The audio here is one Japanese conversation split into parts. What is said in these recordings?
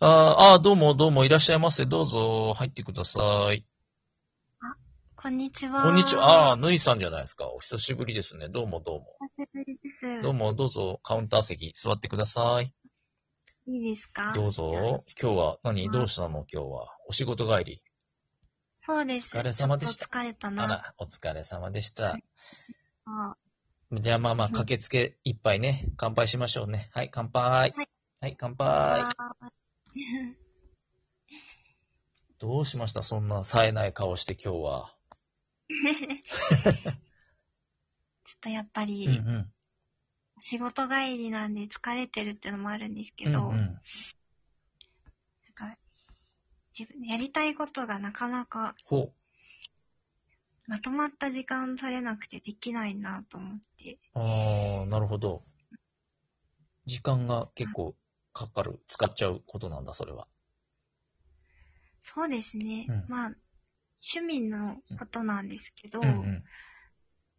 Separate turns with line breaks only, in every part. あーあー、どうもどうもいらっしゃいませ。どうぞ入ってください。
こんにちは。
こんにちは。ああ
お
ー、ぬいさんじゃないですか。お久しぶりですね。どうもどうも。
久しぶりです。
どうもどうぞカウンター席座ってください。
いいですか
どうぞ。今日は何どうしたの今日は。お仕事帰り。
そうです。
お疲れ様でした
ちょっと疲れた
あ
な。
ら、お疲れ様でした。
あ
じゃあまあまあ、
うん
駆けつけ一杯ね。乾杯しましょうね。はい、乾杯
はい。
はい、乾杯。
あー
どうしましたそんな冴えない顔して今日は。
ちょっとやっぱり、
うんうん。
仕事帰りなんで疲れてるってのもあるんですけ
うん
ど、
うん。
なんか自分やりたいことがなかなか
ほう。
まとまった時間取れなくてできないなと思って、
ああ、なるほど。時間が結構かかる、使っちゃうことなんだ、それは。
そうですね、
うん
まあ、趣味のことなんですけど、
うんうん。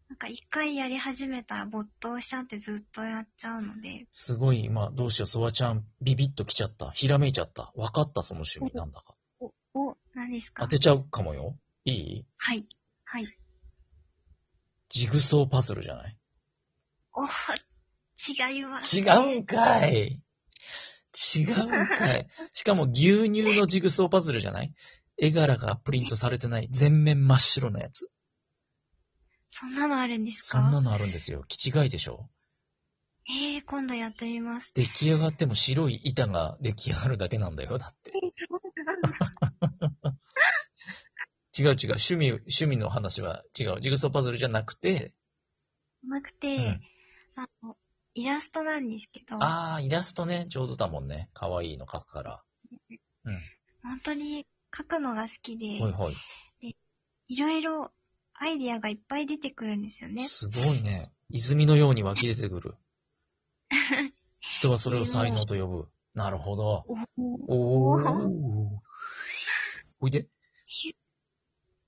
なんか一回やり始めたら没頭しちゃってずっとやっちゃうので、
すごい、今、どうしよう、ソワちゃん、ビビッときちゃった。ひらめいちゃった。わかった、その趣味なんだか。
お、お、何ですか
当てちゃうかもよ。いい
はい。はい。
ジグソーパズルじゃない
お、違います。
違うんかい違うんかいしかも牛乳のジグソーパズルじゃない絵柄がプリントされてない全面真っ白なやつ。
そんなのあるんです
そ
か
んなのあるんですよ。気違いでしょ
えー、今度やってみます。
出来上がっても白い板が出来上がるだけなんだよ。だって。
えー、すごいな
違う違う。趣味、趣味の話は違う。ジグソーパズルじゃなくて、
なく
う
て、
ん
あの、イラストなんですけど、
ああ、イラストね、上手だもんね。可愛いの描くから。
本当に描くのが好きで、
ほいほい。
いろいろアイディアがいっぱい出てくるんですよね。
すごいね。泉のように湧き出てくる。人はそれを才能と呼ぶ。なるほど。
お
お
お
ー
ー。
おいで。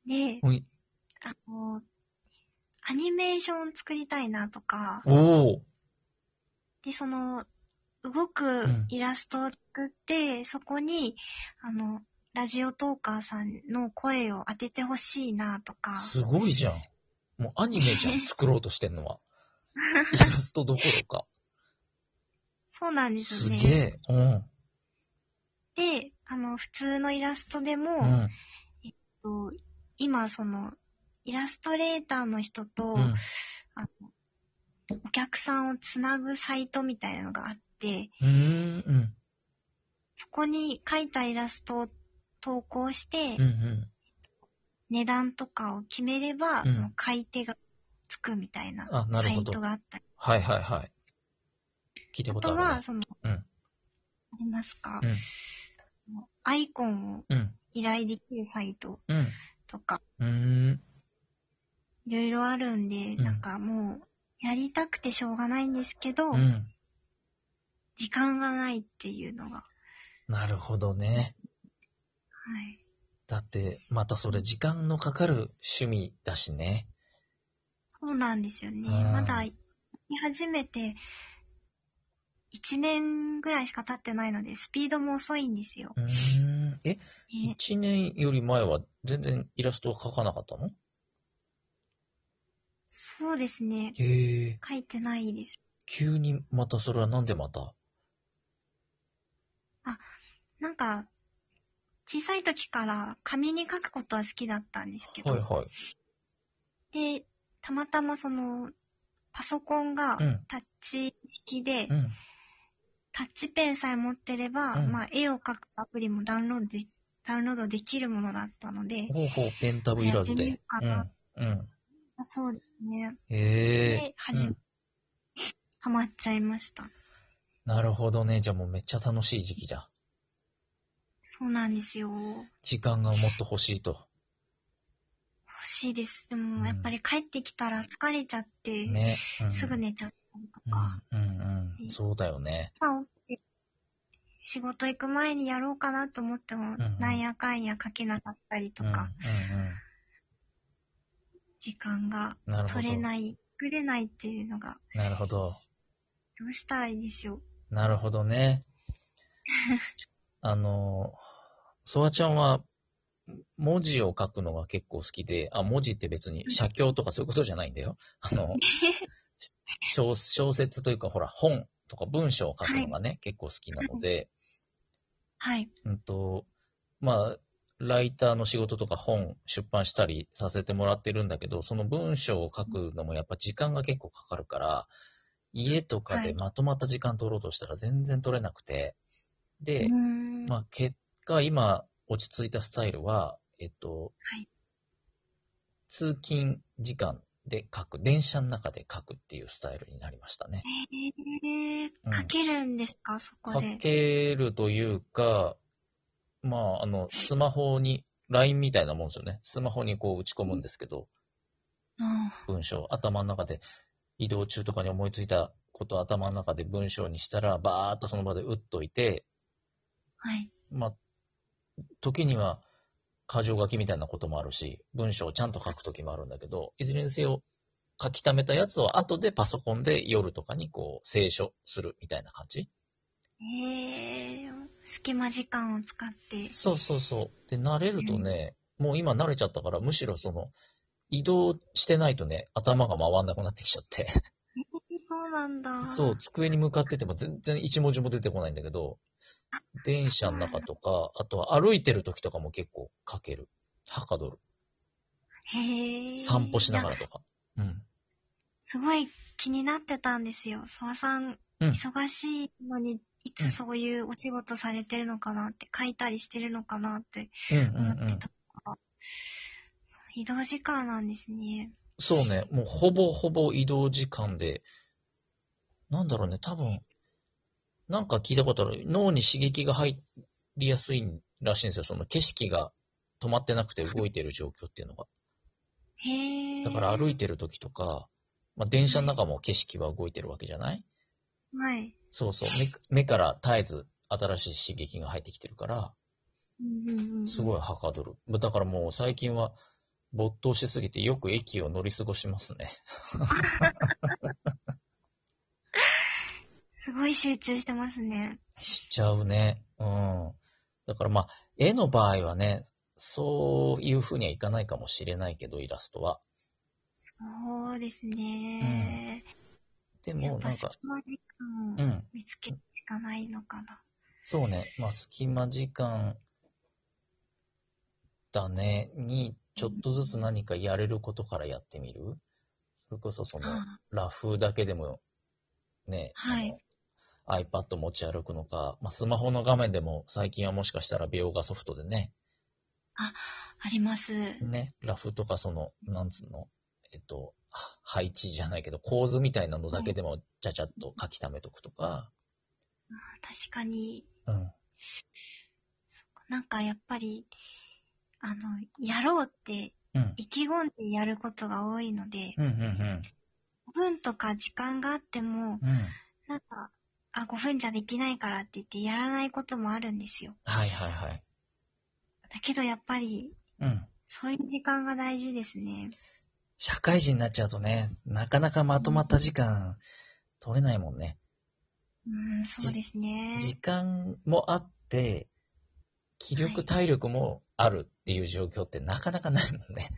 で、
おい。
あの、アニメーション作りたいなとか、
おー。
で、その、動く
ん
イラストを作って、そこに、あの、ラジオトーカーさんの声を当ててほしいなとか、
すごいじゃん。もうアニメじゃん、作ろうとしてんのは。 イラストどころか。
そうなんです
す
よ
げ
ね。
え。うん。
で、あの、普通のイラストでも、
うん。
と今、その、イラストレーターの人と、
うん。
あのお客さんをつなぐサイトみたいなのがあって、
うーん。うん。
そこに描いたイラストを投稿して、
うんうん。
値段とかを決めれば、
うん
その買い手がつくみたいな
あな
サ
るほ
イ
ど
トがあったり、
はいはいはい。聞いた
あ
こと
と
あ
は、
る、ね。
その、
うん
ありますか、
うん
アイコンを
うん。
依頼できるサイト
うん。
とか、
うーん。
いろいろあるんで、
うん
なんかもう、やりたくてしょうがないんですけど、
うん。
時間がないっていうのが、は
なるほどね。
い。
だって、またそれ時間のかかる趣味だしね。
そうなんですよね。
うん
まだ、初めて、1年ぐらいしか経ってないので、スピードも遅いんですよ。
うーん。え、
ね
一年より前は全然イラストは描かなかったの
そうですね。
へえ。
書いてないです。
急にまたそれはなんでまた
なんか、小さい時から紙に書くことは好きだったんですけど、
はいはい。
で、たまたまその、パソコンが
うん
タッチ式で、
うん。
タッチペンさえ持ってれば、
うん
まあ、絵を描くアプリもダウンロードで、ダウンロードできるものだったので、
ほうほう、ペンタブいらず
やっ
で
てみようか。
う。
なん
うん。
あそうですね。
へえ
で、。始め、ハマっちゃいました。
うんなるほどね。じゃあもうめっちゃ楽しい時期じゃん。
そうなんですよ。欲
時間がもっと欲しいと。
しいです。で
うん
も、やっぱり帰ってきたら疲れちゃって、
ね。うん
すぐ寝ちゃったりとか、
うんうんうん、そうだよね。
朝起きて、仕事行く前にやろうかなと思っても、
んうん
なんやかんや書けなかったりとか、
うんうん
時間が
うん、なるほ
取れ
ど。
ない、作れないっていうのが、
なるほど。
どうしたらいいでしょう。
なるほどね。あの、ソワちゃんは、文字を書くのが結構好きで、あ、文字って別に写経とかそういうことじゃないんだよ。あ の、し小小説というか、ほら、本とか文章を書くのがね、結構好きなので、
はい。
うんと、まあ、ライターの仕事とか本出版したりさせてもらってるんだけど、その文章を書くのもやっぱ時間が結構かかるから、家とか
は
で
い
まとまった時間取ろうとしたら全然取れなくて、で、
うーん。
まあ、結果、今、落ち着いたスタイルは、えっと、
はい
通勤時間で書く、電車の中で書くっていうスタイルになりましたね。
えー
うん、
書けるんですか、そこ
書
で。
けるというか、まあ、あの、スマホに、LINE みたいなもんですよね。スマホにこう打ち込むんですけど、
あ
文章、頭の中で、移動中とかに思いついたことを頭の中で文章にしたら、バーっとその場で打っといて、
ーはい。
まあ、時には箇条書きみたいなこともあるし、文章をちゃんと書く時もあるんだけど、いずれにせよ、書き溜めたやつを後でパソコンで夜とかにこう、清書するみたいな感じ
えー、隙間時間を使って。
そうそうそう。で、慣れるとね、もう今慣れちゃったから、むしろその、移動してないとね、頭が回んなくなってきちゃって。
そうなんだ。
そう、机に向かってても全然一文字も出てこないんだけど、電車の中とか、あとは歩いてる時とかも結構書ける。はかどる。
へえ。
散歩しなが
いや
らとか。うん。
すごい気になってたんですよ。諏訪さん、
うん
忙しいのに、いつそういうお仕事されてるのかなって、書いたりしてるのかなって
うんう
思って
んう
た
ん。
から、移動時間なんですね。
そうね。もうほぼほぼ移動時間で、なんだろうね、多分、なんか聞いたことある。脳に刺激が入りやすいらしいんですよ。その景色が止まってなくて動いてる状況っていうのが。
へえ。
だから歩いてる時とか、まあ、電車の中も景色は動いてるわけじゃない
はい。
そうそう。目目から絶えず新しい刺激が入ってきてるから、
うんうんうん、
すご
い。
いはかどる。だからもう最近は没頭しすぎてよく駅を乗り過ごしますね。
すごい集中してますね。
しちゃうね。うん。だからまあ、絵の場合はね、そういう風にはいかないかもしれないけど、イラストは。
そうですね。
で
や
も、
っ
な
ぱ
んか、
隙間時
う
間を
ん。
見つけるしかないのかな。
そうね。まあ、隙間時間だね。に、ちょっとずつ何かやれることからやってみる。それこそその、
あ
ラフだけでも、ね、
はい
あの iPad 持ち歩くのか、まあ、スマホの画面でも最近はもしかしたら描画ソフトでね、
あります。
ね、ラフとかその、なんつうの、えっと、は配置じゃないけど、構図みたいなのだけでも、ちゃちゃっと書き溜めとくとか、
確かに。
うん。
なんかやっぱり、あの、やろうって
うん。
意気込んでやることが多いので、
うん、うん、
5分とか時間があっても、
うん。うん。
なんか、あ、5分じゃできないからって言ってやらないこともあるんですよ。
はいはいはい。
だけどやっぱり、
うん。
そういう時間が大事ですね。
社会人になっちゃうとね、なかなかまとまった時間、取れないもんね。
うん、そうですね。
時間もあって、気
は
力、
い
体力もあるっていう状況ってなかなかないもんね。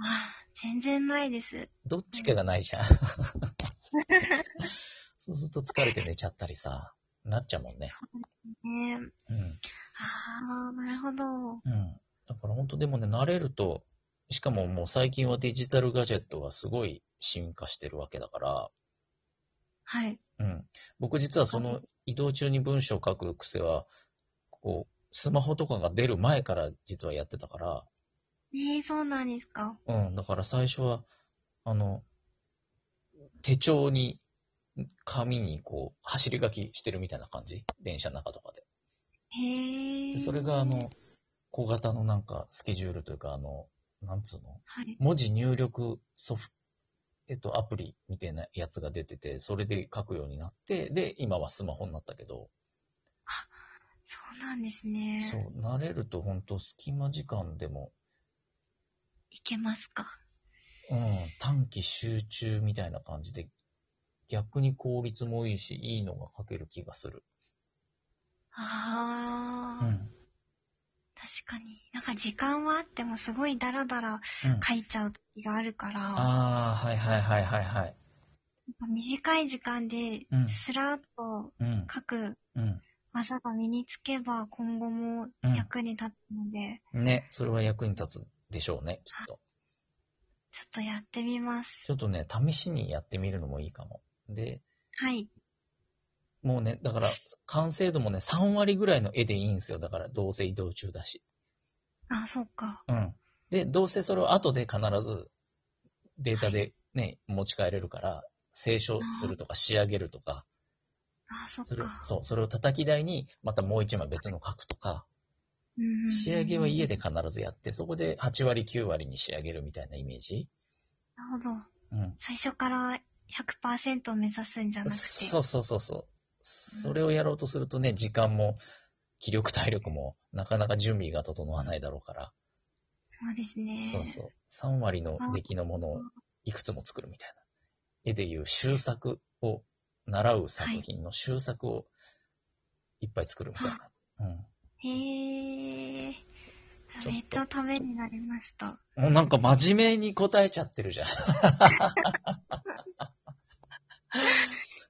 あ全然ないです。
どっちかがない じゃん。そうすると疲れて寝ちゃったりさ、なっちゃうもんね。
ね
うん。
ああ、なるほど。
うん。だから本当でもね、慣れると、しかももう最近はデジタルガジェットがすごい進化してるわけだから、
はい。
うん。僕実はそ
は
の移動中に文章を書く癖は、こう、スマホとかが出る前から実はやってたから、
えー、そうなんですか。
うん、だから最初は、あの、手帳に、紙にこう、走り書きしてるみたいな感じ電車の中とかで。
へえ。
でそれがあ、の、小型のなんかスケジュールというか、あの、なんつうの
はい。
文字入力ソフト、えっと、アプリみたいなやつが出てて、それで書くようになって、で、今はスマホになったけど、
そうなんですね。
そう、慣れると本当隙間時間でも、
いけますか。
うん、短期集中みたいな感じで、逆に効率もいいし、いいのが書ける気がする。
あかに。なんか時間はあってもすごいダラダ
う
ラ
ん、
書いちゃう時があるから、やっ
ああ、はいはいはいはいはい。
ぱ短い時間で
うん
スラッと
うん、
書く
う
技が身につけば今後も役に立つので、
ん。ね、それは役に立つでしょうね、きっと。
ちょっとやってみます。
ちょっとね、試しにやってみるのもいいかも。で、
はい。
もうね、だから、完成度もね、3割ぐらいの絵でいいんですよ。だから、どうせ移動中だし。
あ、そうか。
うん。で、どうせそれを後で必ずデータでね、持ち帰れるから、清書するとか仕上げるとか、
あ、そっ
それを
か。
そう、それを叩き台に、またもう一枚別の書くとか、
うんうん
仕上げは家で。必ずやって、そこで8割、9割に仕上げるみたいなイメージ。
なるほど。
うん。
最初から100%を目指すんじゃなくて。
そうそうそうそう。それをやろうとするとね、時間も、気力、体力も、なかなか準備が整わないだろうから、
そうですね。
そうそう。3割の出来のものをいくつも作るみたいな。絵でいう修作を、習う作品の修作をいっぱい作るみたいな。
へえ。
ちょっと
めっちゃためになりました。
うん。もうなんか真面目に答えちゃってるじゃん。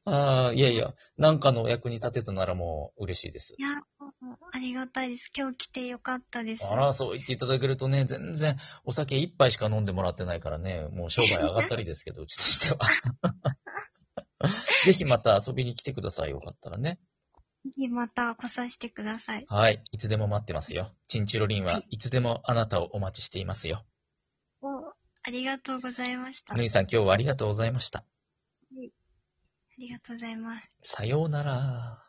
ああ、いやいや、なんかのお役に立てたならもう嬉しいです。
いや、もうありがたいです。今日来てよかったです。
あら、そう言っていただけるとね、全然お酒一杯しか飲んでもらってないからね、もう商売上がったりですけど、うちとしては。ぜひまた遊びに来てください。よかったらね。
ぜひまた来させてください。
はい。いつでも待ってますよ。チンチロリンはいつでもあなたをお待ちしていますよ。
おありがとうございました。
ぬいさん今日はありがとうございました。
ありがとうございます。
さようなら。